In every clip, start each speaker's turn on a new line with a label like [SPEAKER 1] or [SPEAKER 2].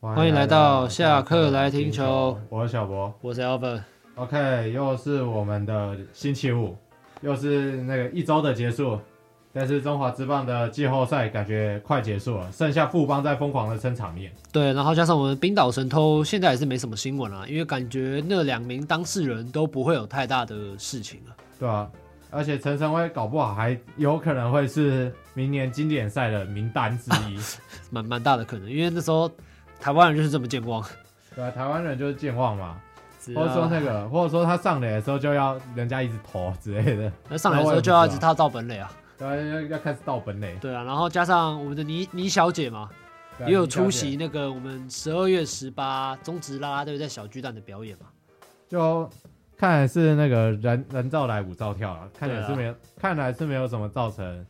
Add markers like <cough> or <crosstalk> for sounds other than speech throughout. [SPEAKER 1] 欢迎来到下课来听球，
[SPEAKER 2] 我是小博。
[SPEAKER 1] 我是 Alvin。
[SPEAKER 2] OK，又是我们的星期五，又是那个一周的结束。但是中华之棒的季后赛感觉快结束了，剩下富邦在疯狂的撑场面。
[SPEAKER 1] 对，然后加上我们冰岛神偷现在也是没什么新闻啊，因为感觉那两名当事人都不会有太大的事情了。
[SPEAKER 2] 对啊，而且陈晨威搞不好还有可能会是明年经典赛的名单之
[SPEAKER 1] <laughs>
[SPEAKER 2] 一。
[SPEAKER 1] 蛮蛮大的可能，因为那时候台湾人就是这么健忘，
[SPEAKER 2] 对啊，台湾人就是健忘嘛，
[SPEAKER 1] 只
[SPEAKER 2] 或者说
[SPEAKER 1] 要
[SPEAKER 2] 那个，或者说他上垒的时候就要人家一直投之类的，
[SPEAKER 1] <laughs> 那上来的时候就要一直踏到本垒啊。
[SPEAKER 2] 对啊，要要开始到本垒。
[SPEAKER 1] 对啊，然后加上我们的倪倪小姐嘛，
[SPEAKER 2] 对啊
[SPEAKER 1] 也有出席，那个我们十二月十八中职啦啦队在小巨蛋的表演嘛。
[SPEAKER 2] 就看来是那个人人造来舞照跳了，看来
[SPEAKER 1] 对啊
[SPEAKER 2] 是没有，看来是没有什么造成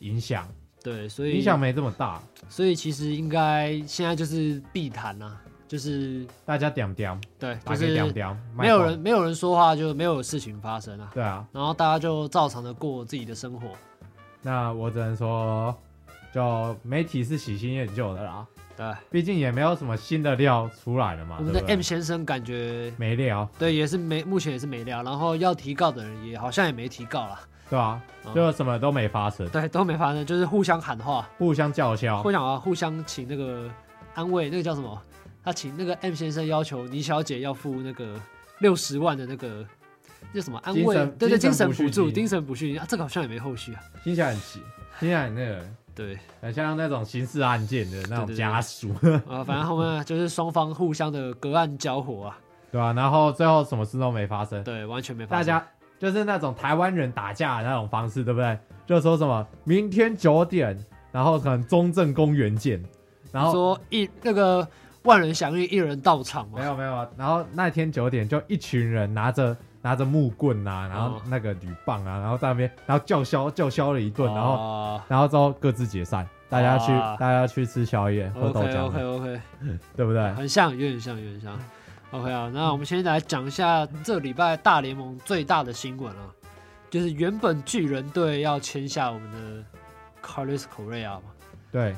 [SPEAKER 2] 影响，
[SPEAKER 1] 对，所以
[SPEAKER 2] 影响没这么大，
[SPEAKER 1] 所以其实应该现在就是必谈啊，就是
[SPEAKER 2] 大家屌屌，
[SPEAKER 1] 对，
[SPEAKER 2] 打
[SPEAKER 1] 就
[SPEAKER 2] 给
[SPEAKER 1] 是
[SPEAKER 2] 屌屌，
[SPEAKER 1] 没有人没有人说话，就没有事情发生啊。
[SPEAKER 2] 对啊，
[SPEAKER 1] 然后大家就照常的过自己的生活，
[SPEAKER 2] 那我只能说，就媒体是喜新厌旧的啦，
[SPEAKER 1] 对。
[SPEAKER 2] 毕竟也没有什么新的料出来了嘛，
[SPEAKER 1] 我们
[SPEAKER 2] 啊对
[SPEAKER 1] 的
[SPEAKER 2] 不对
[SPEAKER 1] M 先生感觉
[SPEAKER 2] 没料，
[SPEAKER 1] 对也是没，目前也是没料，然后要提告的人也好像也没提告啦， <laughs>
[SPEAKER 2] 对吧、
[SPEAKER 1] 嗯
[SPEAKER 2] 就什么都没发生，
[SPEAKER 1] 对，都没发生，就是互相喊话，
[SPEAKER 2] 互相叫嚣
[SPEAKER 1] 互，相啊，互相请那个安慰，那个叫什么？他请那个 M 先生要求倪小姐要付那个六十万的那个那什么安
[SPEAKER 2] 精
[SPEAKER 1] 慰
[SPEAKER 2] 神，
[SPEAKER 1] 对对，
[SPEAKER 2] 精
[SPEAKER 1] 精
[SPEAKER 2] 神
[SPEAKER 1] 神
[SPEAKER 2] 抚
[SPEAKER 1] 补助、
[SPEAKER 2] 恤金
[SPEAKER 1] 精神补恤金啊，这个好像也没后续啊，
[SPEAKER 2] 听起来很奇，听起来很那个
[SPEAKER 1] 对。
[SPEAKER 2] 很像那种刑事案件的那
[SPEAKER 1] 对对
[SPEAKER 2] 种
[SPEAKER 1] 对
[SPEAKER 2] 家属， <laughs>
[SPEAKER 1] 啊，反正后面就是双方互相的隔岸交火啊，
[SPEAKER 2] 对吧、然后最后什么事都没发生。
[SPEAKER 1] 对，完全没发
[SPEAKER 2] 大
[SPEAKER 1] 生。
[SPEAKER 2] 家就是那种台湾人打架的那种方式，对不对？就说什么明天九点，然后可能中正公园见，然后
[SPEAKER 1] 说一那个万人响应，一人到场
[SPEAKER 2] 没
[SPEAKER 1] 嘛，
[SPEAKER 2] 有没有啊，然后那天九点就一群人拿着拿着木棍啊，然后
[SPEAKER 1] 哦
[SPEAKER 2] 那个铝棒啊，然后在那边然后叫嚣叫嚣了一顿，然后
[SPEAKER 1] 后
[SPEAKER 2] 然后之后各自解散，大家去
[SPEAKER 1] 啊
[SPEAKER 2] 大家去吃宵夜喝豆
[SPEAKER 1] OK
[SPEAKER 2] 浆
[SPEAKER 1] OK
[SPEAKER 2] 了，
[SPEAKER 1] OK，
[SPEAKER 2] 对不对？
[SPEAKER 1] 很像，有点像，有点像。OK 啊，那我们先来讲一下这礼拜大联盟最大的新闻啊，就是原本巨人队要签下我们的 Carlos Correa 嘛，
[SPEAKER 2] 对，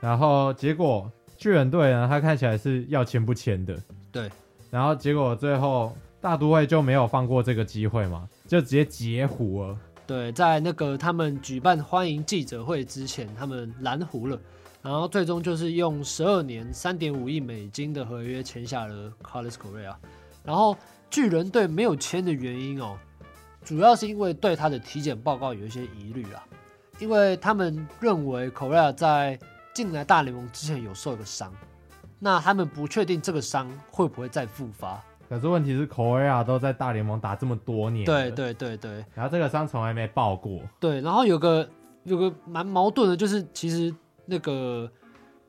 [SPEAKER 2] 然后结果巨人队呢，他看起来是要签不签的，
[SPEAKER 1] 对，
[SPEAKER 2] 然后结果最后大都会就没有放过这个机会嘛，就直接截胡了，
[SPEAKER 1] 对，在那个他们举办欢迎记者会之前，他们蓝湖了，然后最终就是用十二年三点五亿美金的合约签下了 Carlos Correa。然后巨人队没有签的原因哦，主要是因为对他的体检报告有一些疑虑啊，因为他们认为 Correa 在进来大联盟之前有受个伤，那他们不确定这个伤会不会再复发。
[SPEAKER 2] 可是问题是 Korea 都在大联盟打这么多年，
[SPEAKER 1] 对，对对对。
[SPEAKER 2] 然后这个伤从来没报过，
[SPEAKER 1] 对，然后有个有个蛮矛盾的，就是其实那个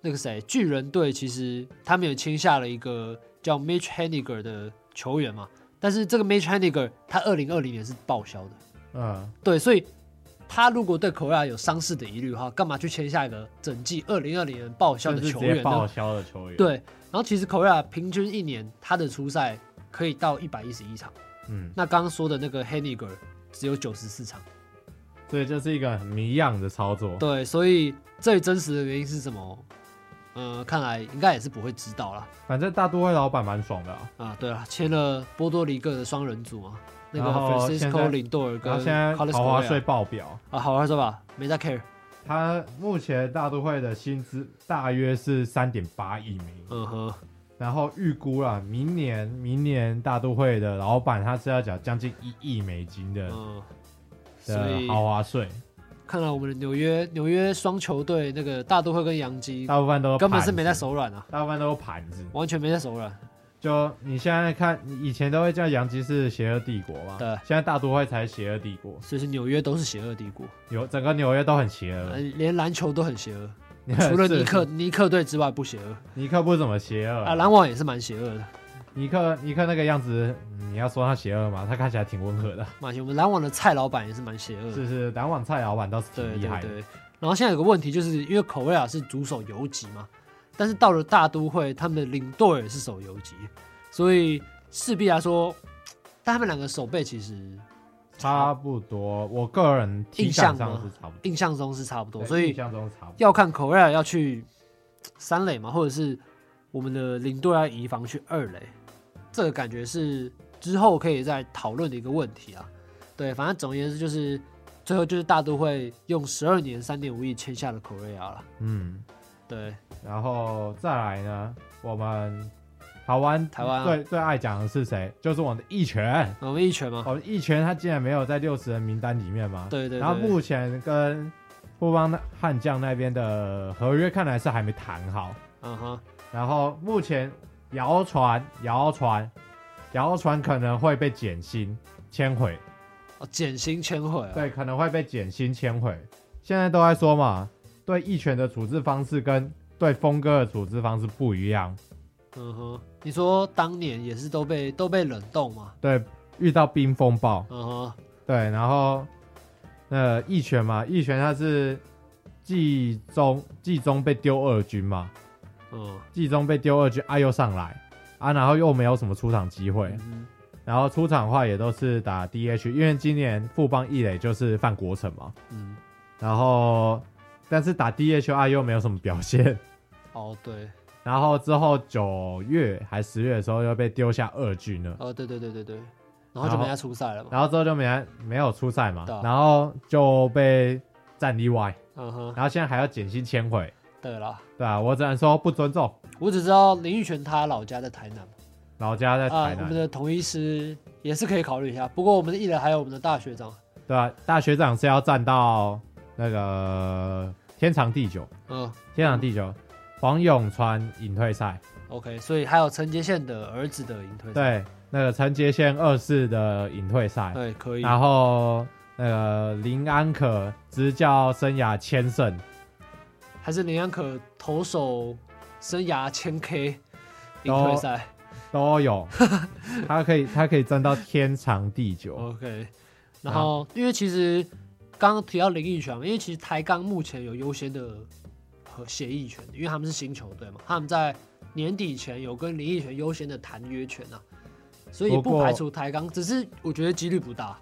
[SPEAKER 1] 那个谁，巨人队其实他们有签下了一个叫 Mitch Haniger 的球员嘛，但是这个 Mitch Haniger 他二零二零年是报销的，
[SPEAKER 2] 嗯，
[SPEAKER 1] 对，所以他如果对 c o r a 有伤势的疑虑的话，干嘛去签下一个整季二零二零年报销
[SPEAKER 2] 就
[SPEAKER 1] 的
[SPEAKER 2] 是直
[SPEAKER 1] 球
[SPEAKER 2] 接
[SPEAKER 1] 员
[SPEAKER 2] 报
[SPEAKER 1] 呢？
[SPEAKER 2] 销的球员，，
[SPEAKER 1] 对，然后其实 c o r a 平均一年他的出赛可以到一百一十一场，
[SPEAKER 2] 嗯，
[SPEAKER 1] 那刚刚说的那个 Haniger 只有九十四场。
[SPEAKER 2] 所以就是一个很迷样的操作，
[SPEAKER 1] 对，所以最真实的原因是什么？呃，看来应该也是不会知道啦。
[SPEAKER 2] 反正大都会老板蛮爽的、啊，
[SPEAKER 1] 啊，对了，签了波多黎各的双人组嘛，那个
[SPEAKER 2] 然后现在
[SPEAKER 1] Francisco 领舵尔
[SPEAKER 2] 然
[SPEAKER 1] 跟
[SPEAKER 2] 后现在
[SPEAKER 1] Carlos
[SPEAKER 2] 豪华
[SPEAKER 1] Correa
[SPEAKER 2] 税爆表。
[SPEAKER 1] 啊，好好说吧，没在 care。
[SPEAKER 2] 他目前大都会的薪资大约是三点八亿美金，
[SPEAKER 1] 嗯哼，
[SPEAKER 2] 然后预估啦，明年明年大都会的老板他是要缴将近一亿美金的、
[SPEAKER 1] 嗯，所
[SPEAKER 2] 的
[SPEAKER 1] 以
[SPEAKER 2] 啊豪华税，
[SPEAKER 1] 看来我们的纽约纽约双球队那个大都会跟洋基
[SPEAKER 2] 大部分都
[SPEAKER 1] 根本是
[SPEAKER 2] 盘子
[SPEAKER 1] 没在，手软啊，
[SPEAKER 2] 大部分都是盘子。
[SPEAKER 1] 完全没在手软。
[SPEAKER 2] 就你现在看，你以前都会叫洋基是邪恶帝国嘛，
[SPEAKER 1] 对
[SPEAKER 2] 现在大都会才邪恶帝国，
[SPEAKER 1] 所以是纽约都是邪恶帝国，
[SPEAKER 2] 有整个纽约都很邪
[SPEAKER 1] 呃
[SPEAKER 2] 恶，
[SPEAKER 1] 连篮球都很邪恶，
[SPEAKER 2] 你
[SPEAKER 1] 哎除了
[SPEAKER 2] <laughs> 是
[SPEAKER 1] 尼克尼克队之外不邪恶
[SPEAKER 2] 尼克不怎么邪恶
[SPEAKER 1] 啊，篮网也是蛮邪恶的。
[SPEAKER 2] 尼克尼克那个样子，嗯你要说他邪恶吗？他看起来挺温和的，
[SPEAKER 1] 马我们篮网的蔡老板也是蛮邪恶的。
[SPEAKER 2] 是是，篮网蔡老板倒是挺
[SPEAKER 1] 对
[SPEAKER 2] 厉害
[SPEAKER 1] 对
[SPEAKER 2] 的，
[SPEAKER 1] 对。然后现在有个问题，就是因为口味啊是主手游击嘛，但是到了大都会，他们的领队也是守游击，所以势必来说，但他们两个手背其实
[SPEAKER 2] 差不多。我个人体
[SPEAKER 1] 印象
[SPEAKER 2] 感上
[SPEAKER 1] 吗
[SPEAKER 2] 是差不多，
[SPEAKER 1] 印象中是差不多，
[SPEAKER 2] 对
[SPEAKER 1] 所
[SPEAKER 2] 印
[SPEAKER 1] 以
[SPEAKER 2] 象中是差不多。
[SPEAKER 1] 要看口味要去三垒嘛，或者是我们的领队要移防去二垒，这个感觉是之后可以再讨论的一个问题啊。对，反正总而言之就是最后就是大都会用十二年三点五亿签下了 Korea 了。
[SPEAKER 2] 嗯，
[SPEAKER 1] 对，
[SPEAKER 2] 然后再来呢，我们台湾
[SPEAKER 1] 台湾啊
[SPEAKER 2] 最最爱讲的是谁？就是我们的义拳。
[SPEAKER 1] 我们一拳吗？
[SPEAKER 2] 我们义拳他竟然没有在六十人名单里面吗？
[SPEAKER 1] 嗯对对对。
[SPEAKER 2] 然后目前跟富邦那悍将那边的合约看来是还没谈好，
[SPEAKER 1] 嗯哼，
[SPEAKER 2] 然后目前谣传谣传谣传可能会被减薪签回，
[SPEAKER 1] 哦，减薪签回啊。
[SPEAKER 2] 对，可能会被减薪签回。现在都在说嘛，对义拳的处置方式跟对峰哥的处置方式不一样，
[SPEAKER 1] 嗯哼，你说当年也是都被都被冷冻嘛？
[SPEAKER 2] 对，遇到冰风暴，
[SPEAKER 1] 嗯哼，
[SPEAKER 2] 对，然后呃义拳嘛，义拳他是季中季中被丢二军嘛，
[SPEAKER 1] 嗯，
[SPEAKER 2] 季中被丢二局，啊又上来，啊然后又没有什么出场机会，
[SPEAKER 1] 嗯哼
[SPEAKER 2] 然后出场的话也都是打 DH，因为今年富邦一垒就是范国成嘛，
[SPEAKER 1] 嗯，
[SPEAKER 2] 然后但是打 DH 啊又没有什么表现，
[SPEAKER 1] 哦对，
[SPEAKER 2] 然后之后九月还十月的时候又被丢下二军了，
[SPEAKER 1] 哦对对对对对，然后就没
[SPEAKER 2] 然后
[SPEAKER 1] 再出赛了嘛。
[SPEAKER 2] 然后之后就没没有出赛嘛
[SPEAKER 1] 对啊，
[SPEAKER 2] 然后就被战例外，
[SPEAKER 1] 嗯哼，
[SPEAKER 2] 然后现在还要减薪签回，
[SPEAKER 1] 对啦，
[SPEAKER 2] 对啊，我只能说不尊重，
[SPEAKER 1] 我只知道林玉泉他老家在台南嘛，
[SPEAKER 2] 老家在
[SPEAKER 1] 啊、
[SPEAKER 2] 台
[SPEAKER 1] 我
[SPEAKER 2] 南
[SPEAKER 1] 们，的同医师也是可以考虑一下。不过我们的艺人还有我们的大学长，
[SPEAKER 2] 对啊，大学长是要站到那个天长地久，
[SPEAKER 1] 嗯
[SPEAKER 2] 天长地久。黄永川隐退赛，
[SPEAKER 1] ，OK，所以还有陈杰宪的儿子的隐退赛，
[SPEAKER 2] 对，那个陈杰宪二世的隐退赛，
[SPEAKER 1] 对，可以，
[SPEAKER 2] 然后那个林安可执教生涯千胜，
[SPEAKER 1] 还是林安可投手生涯千 K
[SPEAKER 2] 哦
[SPEAKER 1] 隐退赛
[SPEAKER 2] 都有， <laughs> 他可以他可以站到天长地久，
[SPEAKER 1] ，OK。然后，因为其实刚刚提到林奕啊泉嘛，因为其实台钢目前有优先的和协议权，因为他们是新球队嘛，他们在年底前有跟林奕泉优先的谈约权啊，所以
[SPEAKER 2] 不
[SPEAKER 1] 不
[SPEAKER 2] 过
[SPEAKER 1] 排除台钢，只是我觉得几率不大。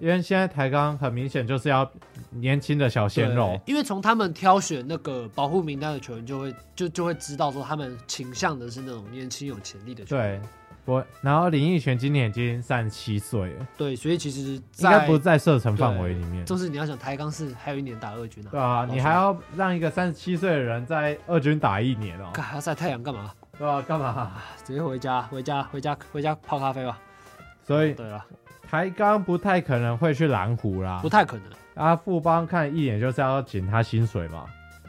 [SPEAKER 2] 因为现在台钢很明显就是要年轻的小鲜肉
[SPEAKER 1] 对，因为从他们挑选那个保护名单的球员，就会就就会知道说他们倾向的是那种年轻有潜力的球员。
[SPEAKER 2] 对，我然后林奕璇今年已经三十七岁了，
[SPEAKER 1] 对，所以其实
[SPEAKER 2] 应该
[SPEAKER 1] 在
[SPEAKER 2] 不在射程范围里面，
[SPEAKER 1] 就是你要想台钢是还有一年打二军啊，
[SPEAKER 2] 对啊，
[SPEAKER 1] 老
[SPEAKER 2] 你
[SPEAKER 1] 实
[SPEAKER 2] 还要让一个三十七岁的人在二军打一年哦、
[SPEAKER 1] 干还要晒太阳干嘛？
[SPEAKER 2] 对吧、干嘛？
[SPEAKER 1] 直接回家，回家，回家，回家泡咖啡吧。
[SPEAKER 2] 所以
[SPEAKER 1] 对了，
[SPEAKER 2] 台钢不太可能会去蓝湖啦
[SPEAKER 1] 不。太可能。
[SPEAKER 2] 啊，富邦看一眼就是要减他薪水嘛，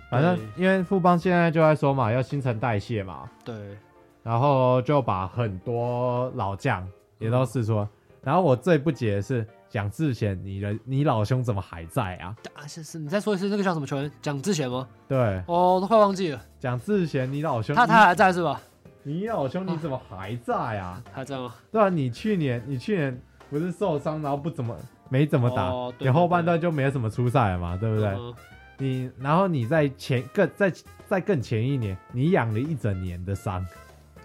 [SPEAKER 2] 反正
[SPEAKER 1] 对
[SPEAKER 2] 因为富邦现在就在说嘛，要新陈代谢嘛，
[SPEAKER 1] 对，
[SPEAKER 2] 然后就把很多老将也
[SPEAKER 1] 嗯
[SPEAKER 2] 都试出了。然后我最不解的是蒋志贤，你的你老兄怎么还在啊？
[SPEAKER 1] 啊，是是，你再说一次那个叫什么球员？蒋志贤吗？
[SPEAKER 2] 对，
[SPEAKER 1] 哦，我都快忘记了。
[SPEAKER 2] 蒋志贤，你老兄，
[SPEAKER 1] 他他还嗯在是吧？
[SPEAKER 2] 你你老兄你怎么还在啊？
[SPEAKER 1] 还在吗？
[SPEAKER 2] 对啊，你去年你去年不是受伤，然后不怎么没怎么打，
[SPEAKER 1] 哦对
[SPEAKER 2] 你后半段就没什么出赛了嘛，对不对？
[SPEAKER 1] 嗯
[SPEAKER 2] 你然后你在前更在在更前一年，你养了一整年的伤，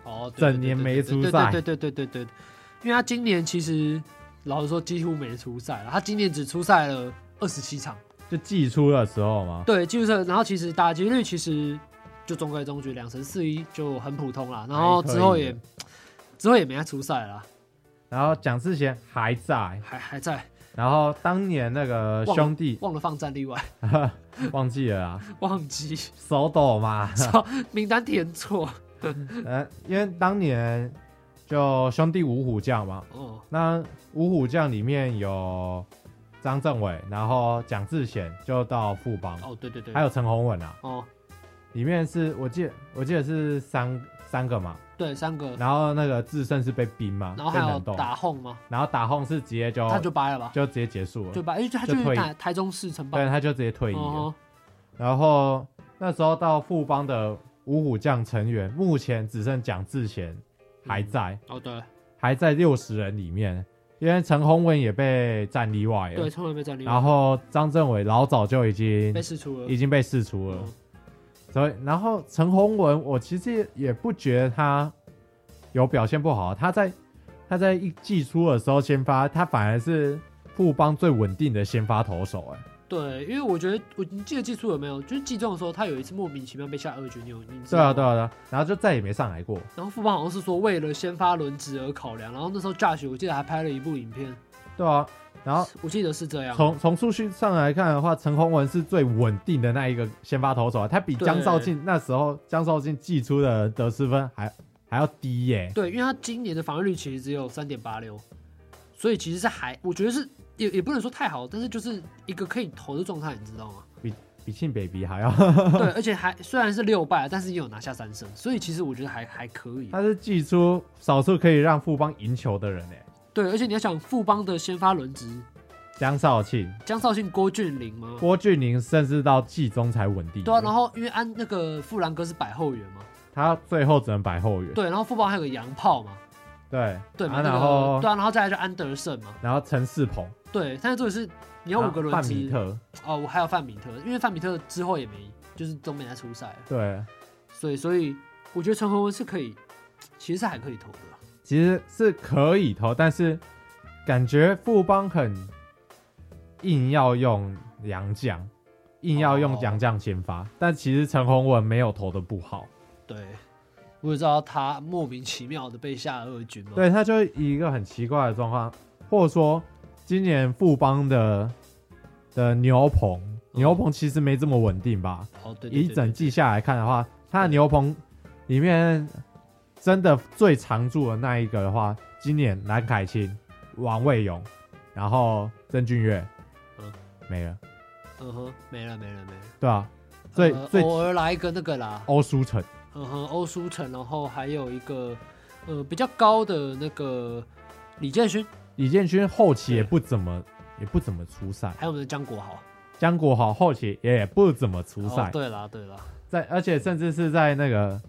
[SPEAKER 1] 哦，对
[SPEAKER 2] 整年没出赛
[SPEAKER 1] 对对对对对对对对因为他今年其实老实说几乎没出赛了，他今年只出赛了二十七场，
[SPEAKER 2] 就季初的时候嘛，
[SPEAKER 1] 对，技术上，然后其实打击率其实就中规中矩，两成四一就很普通啦，然后之后也
[SPEAKER 2] 还可
[SPEAKER 1] 之后也没再出赛啦，
[SPEAKER 2] 然后蒋志贤还在，
[SPEAKER 1] 还还在
[SPEAKER 2] 然后当年那个
[SPEAKER 1] 忘了
[SPEAKER 2] 兄弟
[SPEAKER 1] 忘了放战例外，
[SPEAKER 2] 忘记了啊，
[SPEAKER 1] <laughs> 忘记
[SPEAKER 2] 手抖嘛， <laughs>
[SPEAKER 1] 操名单填错，
[SPEAKER 2] 呃，因为当年就兄弟五虎将嘛，
[SPEAKER 1] 哦，
[SPEAKER 2] 那五虎将里面有张政伟，然后蒋志贤就到富邦，
[SPEAKER 1] 哦对对对，
[SPEAKER 2] 还有陈宏文啊，
[SPEAKER 1] 哦
[SPEAKER 2] 里面是我记得我记得是三三个嘛，
[SPEAKER 1] 对三个，
[SPEAKER 2] 然后那个智胜是被冰嘛，
[SPEAKER 1] 然后
[SPEAKER 2] 被
[SPEAKER 1] 还有
[SPEAKER 2] 冷冻，
[SPEAKER 1] 打轰吗？
[SPEAKER 2] 然后打轰是直接就
[SPEAKER 1] 他就掰了吧，
[SPEAKER 2] 哦就直接结束了，
[SPEAKER 1] 就掰，哎，他
[SPEAKER 2] 就
[SPEAKER 1] 去
[SPEAKER 2] 退役
[SPEAKER 1] 台台中市承包
[SPEAKER 2] 对，，他就直接退役了。
[SPEAKER 1] 哦
[SPEAKER 2] 然后那时候到富邦的五虎将成员，目前只剩蒋志贤还在，
[SPEAKER 1] 哦对
[SPEAKER 2] 还在六十人里面，因为陈宏文也被战例外了
[SPEAKER 1] 对，，从来没战例外，
[SPEAKER 2] 然后张政伟老早就已经
[SPEAKER 1] 被释出了
[SPEAKER 2] 已，经被释出了，
[SPEAKER 1] 嗯
[SPEAKER 2] 所以然后陈宏文，我其实也不觉得他有表现不好，啊他在他在一季初的时候先发，他反而是富邦最稳定的先发投手、哎，
[SPEAKER 1] 对，因为我觉得我你记得记错了没有？就是季中的时候，他有一次莫名其妙被下二军六，你知
[SPEAKER 2] 对
[SPEAKER 1] 道
[SPEAKER 2] 啊，
[SPEAKER 1] 吗
[SPEAKER 2] 对啊，对啊，然后就再也没上来过。
[SPEAKER 1] 然后富邦好像是说为了先发轮值而考量，然后那时候 Josh 我记得还拍了一部影片，
[SPEAKER 2] 对啊，然后
[SPEAKER 1] 我记得是这样。
[SPEAKER 2] 从从数据上来看的话，陈宏文是最稳定的那一个先发投手啊，他比江
[SPEAKER 1] 对
[SPEAKER 2] 少庆那时候江少庆寄出的得失分还还要低耶、
[SPEAKER 1] 对，因为他今年的防御率其实只有三点八六，所以其实是还我觉得是也也不能说太好，但是就是一个可以投的状态，你知道
[SPEAKER 2] <laughs>
[SPEAKER 1] 吗？
[SPEAKER 2] 比庆北比还要， <laughs>
[SPEAKER 1] 对，而且还虽然是六败，但是也有拿下三胜，所以其实我觉得还还可以。
[SPEAKER 2] 他是寄出少数可以让富邦赢球的人哎、
[SPEAKER 1] 对，而且你要想富邦的先发轮值，
[SPEAKER 2] 江少庆、
[SPEAKER 1] 江少庆、郭俊霖嘛，
[SPEAKER 2] 郭嗯俊霖，甚至到季中才稳定。
[SPEAKER 1] 对啊，然后因为安那个富兰哥是摆后援嘛，
[SPEAKER 2] 他最后只能摆后援。
[SPEAKER 1] 对，然后富邦还有个洋炮嘛，
[SPEAKER 2] 对
[SPEAKER 1] 对嘛，
[SPEAKER 2] 啊
[SPEAKER 1] 那
[SPEAKER 2] 然
[SPEAKER 1] 个
[SPEAKER 2] 后
[SPEAKER 1] 对啊，然后再来就安德森嘛，
[SPEAKER 2] 然后陈世鹏，
[SPEAKER 1] 对，但是这个是你要五个轮
[SPEAKER 2] 啊范
[SPEAKER 1] 值
[SPEAKER 2] 米特，
[SPEAKER 1] 哦，我还有范米特，因为范米特之后也没就是都没来出赛了。
[SPEAKER 2] 对，
[SPEAKER 1] 所以所以我觉得陈宏文是可以，其实是还可以投的啦。
[SPEAKER 2] 其实是可以投，但是感觉富邦很硬要用洋将，硬要用洋将先发，但其实陈宏文没有投的不好，
[SPEAKER 1] 对，我也知道他莫名其妙的被下二军嘛。，
[SPEAKER 2] 对，他就以一个很奇怪的状况，或者说今年富邦的的牛棚，牛棚其实没这么稳定吧？
[SPEAKER 1] 哦对对
[SPEAKER 2] 以
[SPEAKER 1] 对
[SPEAKER 2] 整
[SPEAKER 1] 对，
[SPEAKER 2] 季下来看的话，他的牛棚里面真的最常驻的那一个的话，今年蓝凯清、王卫勇，然后曾俊岳，
[SPEAKER 1] 嗯
[SPEAKER 2] 没了，
[SPEAKER 1] 嗯哼，没了没了没了。
[SPEAKER 2] 对啊，最
[SPEAKER 1] 呃
[SPEAKER 2] 最
[SPEAKER 1] 偶尔来一个那个啦，
[SPEAKER 2] 欧舒城，
[SPEAKER 1] 嗯哼，欧舒城，然后还有一个呃比较高的那个李建勋，
[SPEAKER 2] 李建勋后期也
[SPEAKER 1] 对
[SPEAKER 2] 不怎么也不怎么出赛，
[SPEAKER 1] 还有我们的江国豪。
[SPEAKER 2] 江国豪后期也不怎么出
[SPEAKER 1] 哦
[SPEAKER 2] 赛，，
[SPEAKER 1] 对啦对啦，
[SPEAKER 2] 在而且甚至是在那个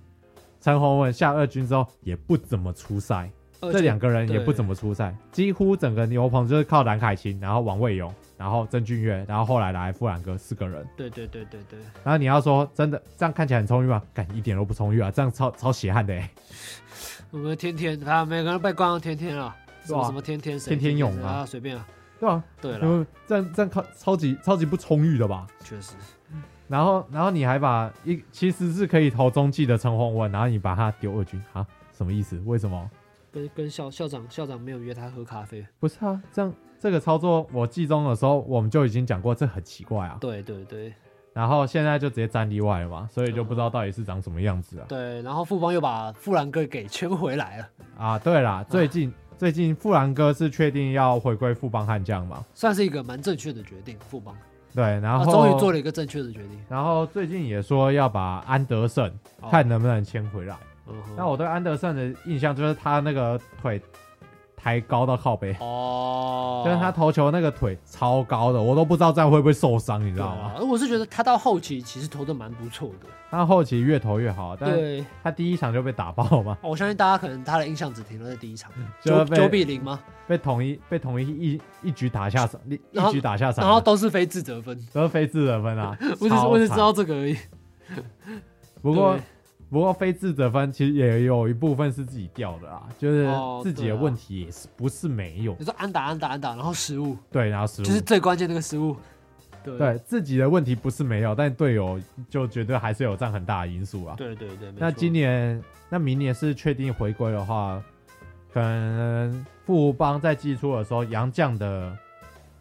[SPEAKER 2] 陈宏文下二军之后也不怎么出赛，
[SPEAKER 1] 而
[SPEAKER 2] 这
[SPEAKER 1] 且
[SPEAKER 2] 两个人也不
[SPEAKER 1] 对
[SPEAKER 2] 怎么出赛，几乎整个牛棚就是靠蓝凯清，然后王卫勇，然后曾俊岳，然后后来来富兰哥四个人。
[SPEAKER 1] 对对对对对，
[SPEAKER 2] 然后你要说真的这样看起来很充裕吗？干一点都不充裕啊，这样超超血汗的、欸。
[SPEAKER 1] 我们天天他每个人被关到天天啊，什
[SPEAKER 2] 对
[SPEAKER 1] 么
[SPEAKER 2] 啊
[SPEAKER 1] 什么天天谁
[SPEAKER 2] 天天勇
[SPEAKER 1] 谁
[SPEAKER 2] 啊
[SPEAKER 1] 啊，随便啊，
[SPEAKER 2] 对啊，
[SPEAKER 1] 对
[SPEAKER 2] 因
[SPEAKER 1] 了，
[SPEAKER 2] 为这样这样靠超级超级不充裕的吧？
[SPEAKER 1] 确实，
[SPEAKER 2] 然后然后你还把一其实是可以投中继的陈宏文，然后你把他丢二军啊，什么意思？为什么？
[SPEAKER 1] 跟跟校校长校长没有约他喝咖啡。
[SPEAKER 2] 不是啊，这样这个操作我记中的时候我们就已经讲过，这很奇怪啊。
[SPEAKER 1] 对对对
[SPEAKER 2] 然后现在就直接站例外了嘛，所以就不知道到底是长什么样子啊。
[SPEAKER 1] 对，然后富邦又把富兰哥给圈回来了，
[SPEAKER 2] 啊，对啦，最近、最近富兰哥是确定要回归富邦悍将嘛？
[SPEAKER 1] 算是一个蛮正确的决定。富邦，
[SPEAKER 2] 对，然
[SPEAKER 1] 他
[SPEAKER 2] 后、
[SPEAKER 1] 啊终于做了一个正确的决定。
[SPEAKER 2] 然后最近也说要把安德胜、
[SPEAKER 1] 哦
[SPEAKER 2] 看能不能签回来。
[SPEAKER 1] 嗯哼
[SPEAKER 2] 那我对安德胜的印象就是他那个腿抬高到靠背，
[SPEAKER 1] 哦，
[SPEAKER 2] 就是他投球那个腿超高的，我都不知道这样会不会受伤，你知
[SPEAKER 1] 对
[SPEAKER 2] 道
[SPEAKER 1] 啊
[SPEAKER 2] 吗？，
[SPEAKER 1] 我是觉得他到后期其实投的蛮不错的。
[SPEAKER 2] 他后期越投越好，但是
[SPEAKER 1] 对，哦
[SPEAKER 2] 他第一场就被打爆嘛，
[SPEAKER 1] 我相信大家可能他的印象只停留在第一场，
[SPEAKER 2] 嗯就
[SPEAKER 1] 九
[SPEAKER 2] 被
[SPEAKER 1] 九比零嘛，
[SPEAKER 2] 被统一被统一一一局打下场，一
[SPEAKER 1] 然后
[SPEAKER 2] 一局打下场，
[SPEAKER 1] 然后都是非自责分，
[SPEAKER 2] 得非自得分啊
[SPEAKER 1] <laughs> ，我只是我只知
[SPEAKER 2] 超惨。
[SPEAKER 1] 道这个而已。
[SPEAKER 2] 不过
[SPEAKER 1] 对
[SPEAKER 2] 不过非自得分其实也有一部分是自己掉的啦，就是
[SPEAKER 1] 哦
[SPEAKER 2] 自己
[SPEAKER 1] 对
[SPEAKER 2] 的
[SPEAKER 1] 啊
[SPEAKER 2] 问题也是不是没有
[SPEAKER 1] 你说安打安打安打，然后失误，
[SPEAKER 2] 对，然后失误
[SPEAKER 1] 就是最关键那个失误。对
[SPEAKER 2] 对自己的问题不是没有，但队友就绝对还是有占很大的因素啊。
[SPEAKER 1] 对对对，没
[SPEAKER 2] 那
[SPEAKER 1] 错
[SPEAKER 2] 今年那明年是确定回归的话，可能富邦在季初的时候，杨将的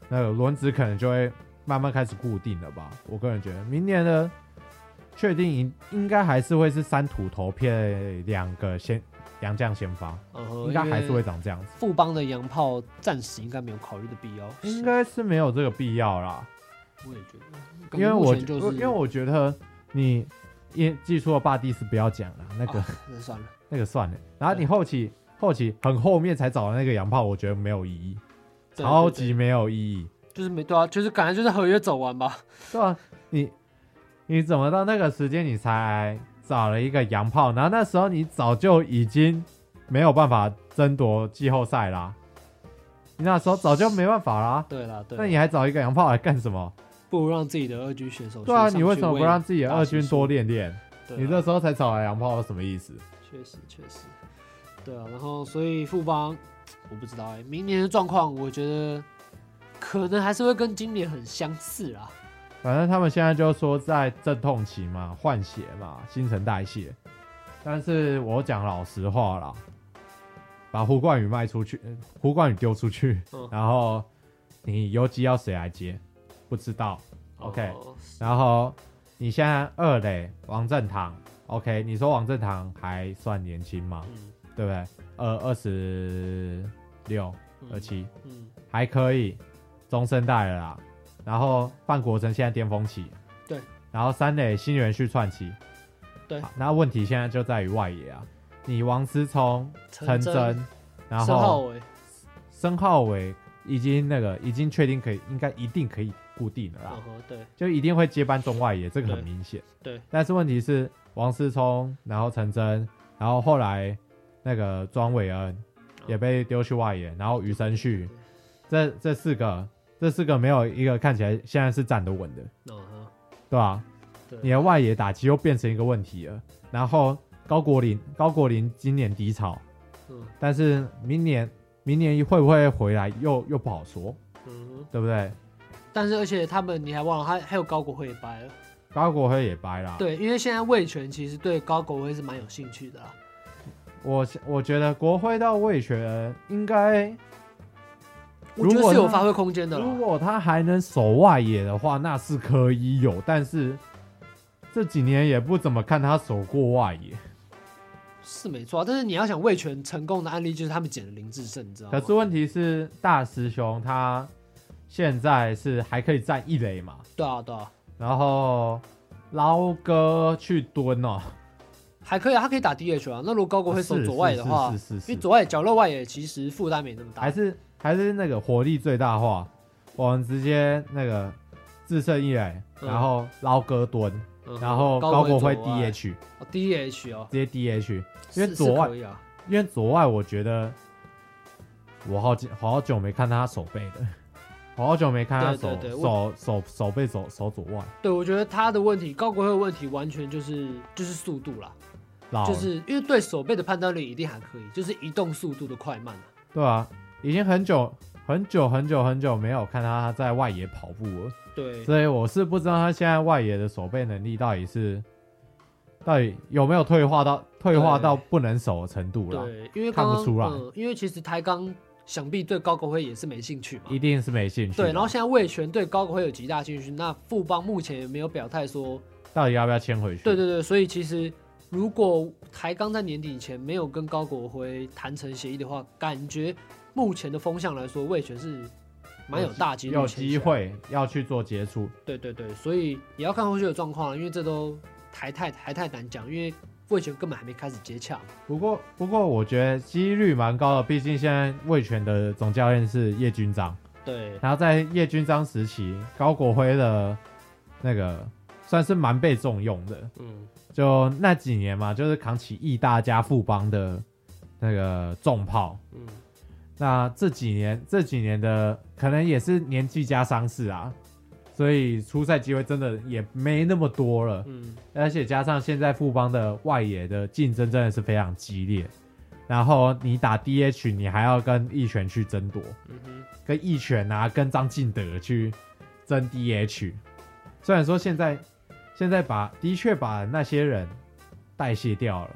[SPEAKER 2] 那个轮值可能就会慢慢开始固定了吧。我个人觉得，明年的确定应应该还是会是三土投配两个先杨将先发，
[SPEAKER 1] 嗯哼
[SPEAKER 2] 应该还是。
[SPEAKER 1] 因
[SPEAKER 2] 会
[SPEAKER 1] 为
[SPEAKER 2] 长这样子，
[SPEAKER 1] 富邦的洋炮暂时应该没有考虑的必要，
[SPEAKER 2] 应该是没有这个必要啦。
[SPEAKER 1] 我也觉得，
[SPEAKER 2] 因为我
[SPEAKER 1] 感哦觉目前就是
[SPEAKER 2] 因为我觉得你也记错霸蒂斯不要讲了，那个、
[SPEAKER 1] 啊那算了，
[SPEAKER 2] 那个算了。然后你后期后期很后面才找的那个洋炮，我觉得没有意义，
[SPEAKER 1] 对
[SPEAKER 2] 超
[SPEAKER 1] 对
[SPEAKER 2] 级
[SPEAKER 1] 对
[SPEAKER 2] 没有意义，
[SPEAKER 1] 就是没对啊，就是感觉就是合约走完吧，
[SPEAKER 2] 对吧、你你怎么到那个时间你才找了一个洋炮？然后那时候你早就已经没有办法争夺季后赛啦，你那时候早就没办法啦。
[SPEAKER 1] 对啦对啦，
[SPEAKER 2] 那你还找一个洋炮来干什么？
[SPEAKER 1] 不如让自己的二军选手
[SPEAKER 2] 对啊，
[SPEAKER 1] 去上
[SPEAKER 2] 你为什么
[SPEAKER 1] 去
[SPEAKER 2] 不让自己的
[SPEAKER 1] 打
[SPEAKER 2] 二
[SPEAKER 1] 新
[SPEAKER 2] 军
[SPEAKER 1] 秀
[SPEAKER 2] 多练练？
[SPEAKER 1] 对啊
[SPEAKER 2] 你这时候才找来洋炮，有什么意思？
[SPEAKER 1] 确实确实，欸对啊，然后所以富邦我不知道哎、明年的状况我觉得可能还是会跟今年很相似啊。
[SPEAKER 2] 反正他们现在就说在阵痛期嘛，换血嘛，新陈代谢。但是我讲老实话啦，把胡冠宇卖出去，呃胡冠宇丢出去，
[SPEAKER 1] 嗯
[SPEAKER 2] 然后你游击要谁来接？不知道。OK
[SPEAKER 1] 哦
[SPEAKER 2] 然后你现在二垒王振堂，OK，你说王振堂还算年轻吗？
[SPEAKER 1] 嗯
[SPEAKER 2] 对不对？呃，二十六、
[SPEAKER 1] 嗯
[SPEAKER 2] 二七
[SPEAKER 1] 嗯，
[SPEAKER 2] 还可以，中生代了啦。啊然后范国成现在巅峰期，
[SPEAKER 1] 对。
[SPEAKER 2] 然后三垒新元旭串起，
[SPEAKER 1] 对
[SPEAKER 2] 好。那问题现在就在于外野啊，你王思聪、陈
[SPEAKER 1] 真、欸
[SPEAKER 2] 真，然
[SPEAKER 1] 申浩
[SPEAKER 2] 后
[SPEAKER 1] 伟，
[SPEAKER 2] 申浩伟已经那个已经确定可以，应该一定可以固定了啦。
[SPEAKER 1] 嗯哼，对，
[SPEAKER 2] 就一定会接班中外野，这个很
[SPEAKER 1] 对
[SPEAKER 2] 明显。
[SPEAKER 1] 对，
[SPEAKER 2] 但是问题是王思聪，然后陈真，然后后来那个庄伟恩也被丢去外野，然后余生旭，这这四个，这四个没有一个看起来现在是站得稳的，
[SPEAKER 1] 嗯哼，
[SPEAKER 2] 对吧、
[SPEAKER 1] 对
[SPEAKER 2] 你的外野打击又变成一个问题了。然后高国林，高国林今年低潮，
[SPEAKER 1] 嗯
[SPEAKER 2] 但是明年明年会不会回来又又不好说，
[SPEAKER 1] 嗯哼，
[SPEAKER 2] 对不对？
[SPEAKER 1] 但是而且他们你还忘了，还还有高国辉也掰了。
[SPEAKER 2] 高国辉也掰啦，
[SPEAKER 1] 对，因为现在魏权其实对高国辉是蛮有兴趣的啦。
[SPEAKER 2] 我我觉得国徽到魏权应该，
[SPEAKER 1] 我觉
[SPEAKER 2] 如
[SPEAKER 1] 得
[SPEAKER 2] 果
[SPEAKER 1] 是有
[SPEAKER 2] 他
[SPEAKER 1] 发挥空间的
[SPEAKER 2] 如
[SPEAKER 1] 啦。
[SPEAKER 2] 果他还能守外野的话，那是可以有，但是这几年也不怎么看他守过外野。
[SPEAKER 1] 是没错啊，但是你要想魏权成功的案例就是他们捡了林志胜，你知道吗？
[SPEAKER 2] 可是问题是，大师兄他现在是还可以站一垒嘛，
[SPEAKER 1] 对啊对啊，
[SPEAKER 2] 然后捞哥去蹲哦，
[SPEAKER 1] 还可以啊，他可以打 DH 啊。那如果高国辉守
[SPEAKER 2] 是
[SPEAKER 1] 左外的话
[SPEAKER 2] 是，是是
[SPEAKER 1] 因为
[SPEAKER 2] 是是，
[SPEAKER 1] 左外角落外野其实负担没那么大
[SPEAKER 2] 还。是还是那个火力最大化，我们直接那个自胜一垒，
[SPEAKER 1] 嗯
[SPEAKER 2] 然后捞哥蹲。
[SPEAKER 1] 嗯哼
[SPEAKER 2] 然后高国辉
[SPEAKER 1] 左外
[SPEAKER 2] DH 直
[SPEAKER 1] 哦 DH 哦，
[SPEAKER 2] 接 DH，因
[SPEAKER 1] 是
[SPEAKER 2] 为左外
[SPEAKER 1] 是可以啊，
[SPEAKER 2] 因为左外我觉得我好久好久没看他手背的，我好久没看他
[SPEAKER 1] 对
[SPEAKER 2] 手
[SPEAKER 1] 对对
[SPEAKER 2] 手手手背手手左外
[SPEAKER 1] 对我觉得他的问题，高国辉的问题完全就是就是速度啦，
[SPEAKER 2] 老
[SPEAKER 1] 就
[SPEAKER 2] 了，
[SPEAKER 1] 是因为对手背的判断力一定还可以，就是移动速度的快慢啊。
[SPEAKER 2] 对啊，已经很久很久很久很久没有看他在外野跑步了，
[SPEAKER 1] 对，
[SPEAKER 2] 所以我是不知道他现在外野的手背能力到底是到底有没有退化到退化
[SPEAKER 1] 对
[SPEAKER 2] 到不能守的程度了，
[SPEAKER 1] 对，因为
[SPEAKER 2] 看
[SPEAKER 1] 刚
[SPEAKER 2] 不
[SPEAKER 1] 刚
[SPEAKER 2] 出来
[SPEAKER 1] 嗯，因为其实台钢想必对高国辉也是没兴趣嘛。
[SPEAKER 2] 一定是没兴趣的。
[SPEAKER 1] 对，然后现在魏权对高国辉有极大兴趣，那富邦目前也没有表态说，
[SPEAKER 2] 到底要不要签回去？
[SPEAKER 1] 对对对，所以其实如果台钢在年底以前没有跟高国辉谈成协议的话，感觉目前的风向来说，魏权是蛮有大几率
[SPEAKER 2] 有
[SPEAKER 1] 签
[SPEAKER 2] 机
[SPEAKER 1] 下来。
[SPEAKER 2] 会要去做接触，
[SPEAKER 1] 对对对，所以也要看后续的状况啊了，因为这都还太还太难讲，因为魏权根本还没开始接洽嘛。
[SPEAKER 2] 不过，不过我觉得几率蛮高的，毕竟现在魏权的总教练是叶军章，
[SPEAKER 1] 对，
[SPEAKER 2] 然后在叶军章时期，高国辉的那个算是蛮被重用的，
[SPEAKER 1] 嗯，
[SPEAKER 2] 就那几年嘛，就是扛起义大加富邦的那个重炮。
[SPEAKER 1] 嗯，
[SPEAKER 2] 那这几年这几年的可能也是年纪加伤势啊，所以出赛机会真的也没那么多了。
[SPEAKER 1] 嗯，
[SPEAKER 2] 而且加上现在富邦的外野的竞争真的是非常激烈，然后你打 DH，你还要跟义拳去争夺，
[SPEAKER 1] 嗯哼，
[SPEAKER 2] 跟义拳啊，跟张敬德去争 DH。虽然说现在现在把的确把那些人代谢掉了，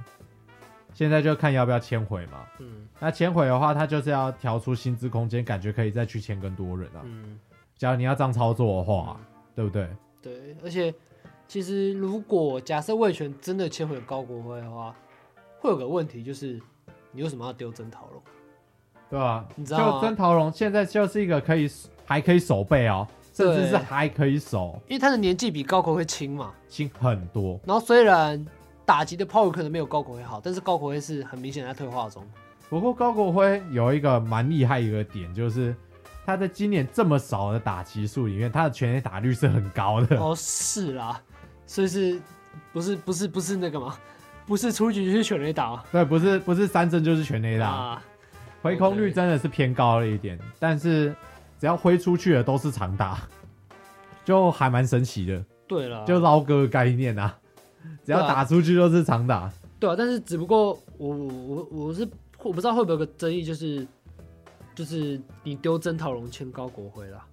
[SPEAKER 2] 现在就看要不要迁回嘛。
[SPEAKER 1] 嗯，
[SPEAKER 2] 那迁回的话，他就是要调出薪资空间，感觉可以再去签更多人啊。
[SPEAKER 1] 嗯，
[SPEAKER 2] 假如你要这样操作的话，
[SPEAKER 1] 嗯
[SPEAKER 2] 对不对？
[SPEAKER 1] 对，而且其实如果假设魏权真的切回高国辉的话，会有个问题就是，你为什么要丢曾桃龙？
[SPEAKER 2] 对吧？
[SPEAKER 1] 你知道吗
[SPEAKER 2] 就曾桃龙现在就是一个可以还可以守备哦，甚
[SPEAKER 1] 对
[SPEAKER 2] 至是还可以守
[SPEAKER 1] 因为他的年纪比高国辉轻嘛，
[SPEAKER 2] 轻很多。
[SPEAKER 1] 然后虽然打击的 power 可能没有高国辉好，但是高国辉是很明显在退化中。
[SPEAKER 2] 不过高国辉有一个蛮厉害一个点，就是他在今年这么少的打击数里面，他的全垒打率是很高 <laughs> 的。
[SPEAKER 1] 哦，是啦，所以是不是不是不是那个嘛？不是出局就是全垒打嘛
[SPEAKER 2] 对，不是不是三振就是全垒打，
[SPEAKER 1] 啊？
[SPEAKER 2] 回空率真的是偏高了一点，但是只要挥出去的都是长打， <laughs> 就还蛮神奇的，
[SPEAKER 1] 对了，
[SPEAKER 2] 就捞哥的概念啊，只要
[SPEAKER 1] 啊对啊
[SPEAKER 2] 打出去都是长打。
[SPEAKER 1] 对啊，但是只不过我我我我是我不知道会不会有个争议，就是就是你丢曾桃龙签高国辉啦，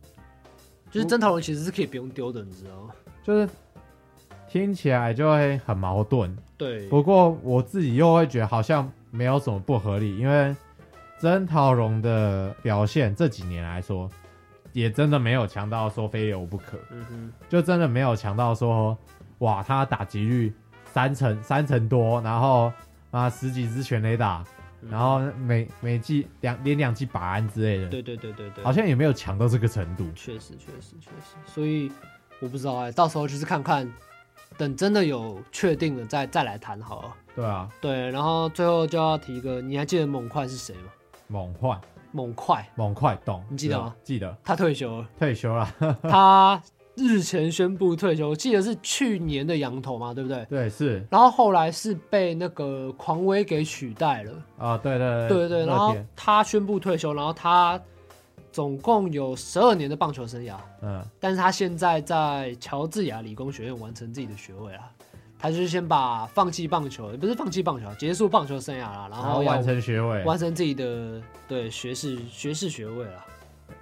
[SPEAKER 1] 就是曾陶龙其实是可以不用丢的，你知道吗？
[SPEAKER 2] 就是听起来就会很矛盾。
[SPEAKER 1] 对，
[SPEAKER 2] 不过我自己又会觉得好像没有什么不合理，因为曾陶荣的表现这几年来说，也真的没有强到说非留不可，
[SPEAKER 1] 嗯哼，
[SPEAKER 2] 就真的没有强到说哇，他打击率三成三成多，然后啊十几支全垒打，
[SPEAKER 1] 嗯
[SPEAKER 2] 然后每每季两连两季百安之类的，
[SPEAKER 1] 对对对对对，
[SPEAKER 2] 好像也没有强到这个程度。
[SPEAKER 1] 确实确实确实，所以我不知道哎、到时候就是看看，等真的有确定了再再来谈好了。
[SPEAKER 2] 对啊，
[SPEAKER 1] 对，然后最后就要提一个，你还记得猛快是谁吗？
[SPEAKER 2] 猛换
[SPEAKER 1] 猛快
[SPEAKER 2] 猛快动，
[SPEAKER 1] 你记得吗
[SPEAKER 2] 是吧？记得
[SPEAKER 1] 他退休
[SPEAKER 2] <laughs>
[SPEAKER 1] 了，
[SPEAKER 2] 退休了，
[SPEAKER 1] 他日前宣布退休，我记得是去年的羊头嘛，对不对？
[SPEAKER 2] 对是
[SPEAKER 1] 然后后来是被那个狂威给取代了，
[SPEAKER 2] 啊，对对
[SPEAKER 1] 对对对，
[SPEAKER 2] 乐
[SPEAKER 1] 然后
[SPEAKER 2] 天
[SPEAKER 1] 他宣布退休，然后他总共有十二年的棒球生涯，
[SPEAKER 2] 嗯。
[SPEAKER 1] 但是他现在在乔治亚理工学院完成自己的学位啦。他就是先把放弃棒球，也不是放弃棒球，结束棒球生涯啦，然
[SPEAKER 2] 然后
[SPEAKER 1] 后要
[SPEAKER 2] 完成学位，
[SPEAKER 1] 完成自己的对学士学士学位啦。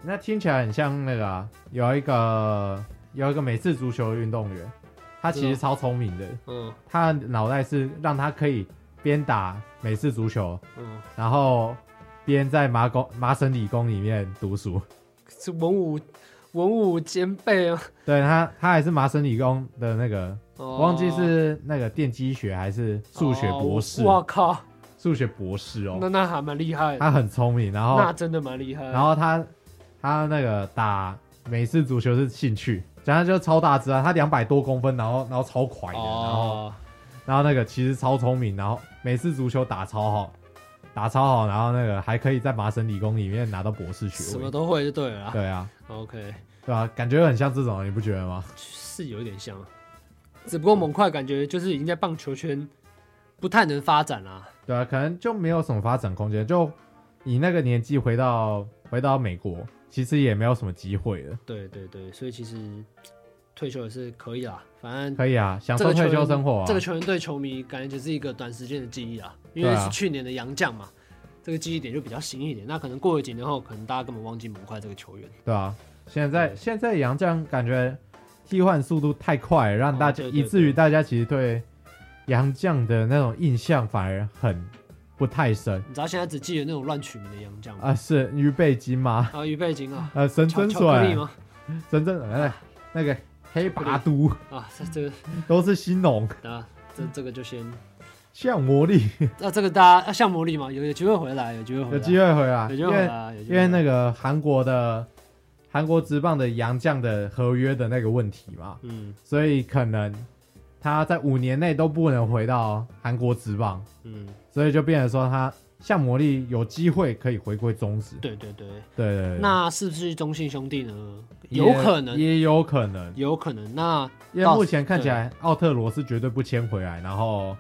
[SPEAKER 2] 那听起来很像那个、啊、有一个有一个美式足球运动员，他其
[SPEAKER 1] 是
[SPEAKER 2] 实
[SPEAKER 1] 哦
[SPEAKER 2] 超聪明的，
[SPEAKER 1] 嗯
[SPEAKER 2] 他的脑袋是让他可以边打美式足球，
[SPEAKER 1] 嗯，
[SPEAKER 2] 然后边在麻工麻省理工里面读书。
[SPEAKER 1] 是文武文武兼备啊。
[SPEAKER 2] 对他，他还是麻省理工的那个，
[SPEAKER 1] 哦
[SPEAKER 2] 我忘记是那个电机学还是数学博士，
[SPEAKER 1] 我靠，
[SPEAKER 2] 数学博士
[SPEAKER 1] 哦那
[SPEAKER 2] 哦，
[SPEAKER 1] 那还蛮厉害的，
[SPEAKER 2] 他很聪明，然后
[SPEAKER 1] 那真的蛮厉害的。
[SPEAKER 2] 然后他他那个打美式足球是兴趣，讲他就超大只啊，他两百多公分，然后然后超快的，然后
[SPEAKER 1] 哦，
[SPEAKER 2] 然后那个其实超聪明，然后美式足球打超好，打超好，然后那个还可以在麻省理工里面拿到博士学
[SPEAKER 1] 什么
[SPEAKER 2] 位，
[SPEAKER 1] 都会就对了啦。
[SPEAKER 2] 对啊，
[SPEAKER 1] OK，
[SPEAKER 2] 对啊，感觉很像这种，你不觉得吗？
[SPEAKER 1] 是有一点像，只不过猛快感觉就是已经在棒球圈不太能发展啦。
[SPEAKER 2] 对啊，可能就没有什么发展空间，就以那个年纪回到回到美国，其实也没有什么机会了。
[SPEAKER 1] 对对对，所以其实退休也是可以啦，反正
[SPEAKER 2] 可以啊，享
[SPEAKER 1] 这
[SPEAKER 2] 受
[SPEAKER 1] 个球
[SPEAKER 2] 退
[SPEAKER 1] 员
[SPEAKER 2] 休生活啊。
[SPEAKER 1] 这个球员对球迷感觉只是一个短时间的记忆啊，因
[SPEAKER 2] 对
[SPEAKER 1] 为
[SPEAKER 2] 啊
[SPEAKER 1] 是去年的洋将嘛，这个记忆点就比较新一点。那可能过了几年后，可能大家根本忘记猛快这个球员。
[SPEAKER 2] 对啊，现在
[SPEAKER 1] 对
[SPEAKER 2] 现在杨将感觉替换速度太快，让大家、
[SPEAKER 1] 哦对对
[SPEAKER 2] 以至于大家其实对杨将的那种印象反而很不太深
[SPEAKER 1] 你知道现在只记得那种乱取名的洋将吗？
[SPEAKER 2] 啊、是预备金吗？
[SPEAKER 1] 啊，于贝金啊，
[SPEAKER 2] 呃，神
[SPEAKER 1] 巧
[SPEAKER 2] 真
[SPEAKER 1] 巧克力
[SPEAKER 2] 水，
[SPEAKER 1] 吗？
[SPEAKER 2] 神真哎、那个黑拔都
[SPEAKER 1] 啊，这这个
[SPEAKER 2] 都是新农，
[SPEAKER 1] 啊，这这个就先，
[SPEAKER 2] 像魔力
[SPEAKER 1] 那、这个大家、啊、像魔力吗？有有机会回来，有机会回
[SPEAKER 2] 有
[SPEAKER 1] 来，
[SPEAKER 2] 机会回来，
[SPEAKER 1] 哦有机
[SPEAKER 2] 因
[SPEAKER 1] 会回
[SPEAKER 2] 为
[SPEAKER 1] 来，有机
[SPEAKER 2] 因
[SPEAKER 1] 会
[SPEAKER 2] 为
[SPEAKER 1] 回来
[SPEAKER 2] 那个韩国的韩国职棒的杨将的合约的那个问题嘛，
[SPEAKER 1] 嗯
[SPEAKER 2] 所以可能他在五年内都不能回到韩国职棒。
[SPEAKER 1] 嗯，
[SPEAKER 2] 所以就变成说他像魔力有机会可以回归中职。
[SPEAKER 1] 对对对，
[SPEAKER 2] 对对对，
[SPEAKER 1] 那是不是中信兄弟呢？
[SPEAKER 2] 也
[SPEAKER 1] 有可能，
[SPEAKER 2] 也有可能，
[SPEAKER 1] 有可能。那
[SPEAKER 2] 因为目前看起来奥特罗是绝对不签回来，然后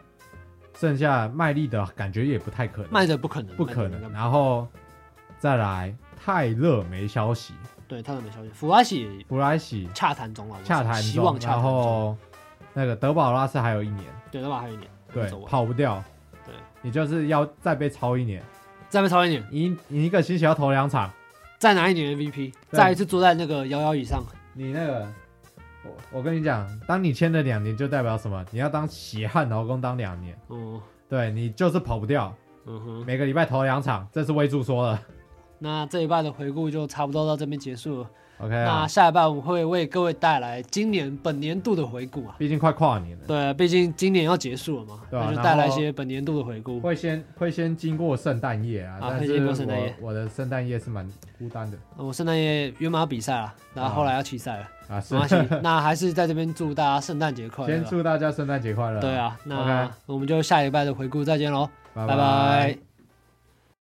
[SPEAKER 2] 剩下麦利的感觉也不太可能，
[SPEAKER 1] 卖的不可能，
[SPEAKER 2] 不可
[SPEAKER 1] 麦德应该
[SPEAKER 2] 能。然后再来泰勒没消息，
[SPEAKER 1] 对，他们没消息。福阿喜也
[SPEAKER 2] 弗莱喜
[SPEAKER 1] 洽谈中了，我
[SPEAKER 2] 洽谈
[SPEAKER 1] 希
[SPEAKER 2] 中
[SPEAKER 1] 望，洽
[SPEAKER 2] 然
[SPEAKER 1] 谈中。
[SPEAKER 2] 后那个德保拉斯还有一年，
[SPEAKER 1] 对，那把还有一年，
[SPEAKER 2] 对
[SPEAKER 1] 走，完
[SPEAKER 2] 跑不掉。
[SPEAKER 1] 对，
[SPEAKER 2] 你就是要再被超一年，
[SPEAKER 1] 再被超一年，
[SPEAKER 2] 你你一个星期要投两场。
[SPEAKER 1] 再拿一年 MVP，
[SPEAKER 2] 对
[SPEAKER 1] 再一次坐在那个遥遥椅上。
[SPEAKER 2] 你那个，我我跟你讲，当你签了两年，就代表什么？你要当血汗劳工当两年，
[SPEAKER 1] 嗯
[SPEAKER 2] 对你就是跑不掉，
[SPEAKER 1] 嗯哼，
[SPEAKER 2] 每个礼拜投两场，这是魏柱说的。
[SPEAKER 1] 那这一半的回顾就差不多到这边结束了。
[SPEAKER 2] OK
[SPEAKER 1] 那
[SPEAKER 2] 啊，
[SPEAKER 1] 下一半我们会为各位带来今年本年度的回顾啊。
[SPEAKER 2] 毕竟快跨年了，
[SPEAKER 1] 对，毕竟今年要结束了嘛，
[SPEAKER 2] 对啊
[SPEAKER 1] 那就带来一
[SPEAKER 2] 然后
[SPEAKER 1] 些本年度的回顾。
[SPEAKER 2] 会先会先经过圣诞夜啊，
[SPEAKER 1] 啊
[SPEAKER 2] 但
[SPEAKER 1] 会
[SPEAKER 2] 是
[SPEAKER 1] 经过
[SPEAKER 2] 我
[SPEAKER 1] 圣诞夜
[SPEAKER 2] 我的圣诞夜是蛮孤单的
[SPEAKER 1] 呃那我圣诞夜约马比赛了，然后后来要弃赛了，
[SPEAKER 2] 啊，是
[SPEAKER 1] 没。关系。 <laughs> 那还是在这边祝大家圣诞节快乐
[SPEAKER 2] 先
[SPEAKER 1] 啊。
[SPEAKER 2] 祝大家圣诞节快乐。
[SPEAKER 1] 对，啊，那
[SPEAKER 2] OK
[SPEAKER 1] 我们就下礼拜的回顾再见喽，
[SPEAKER 2] 拜
[SPEAKER 1] 拜拜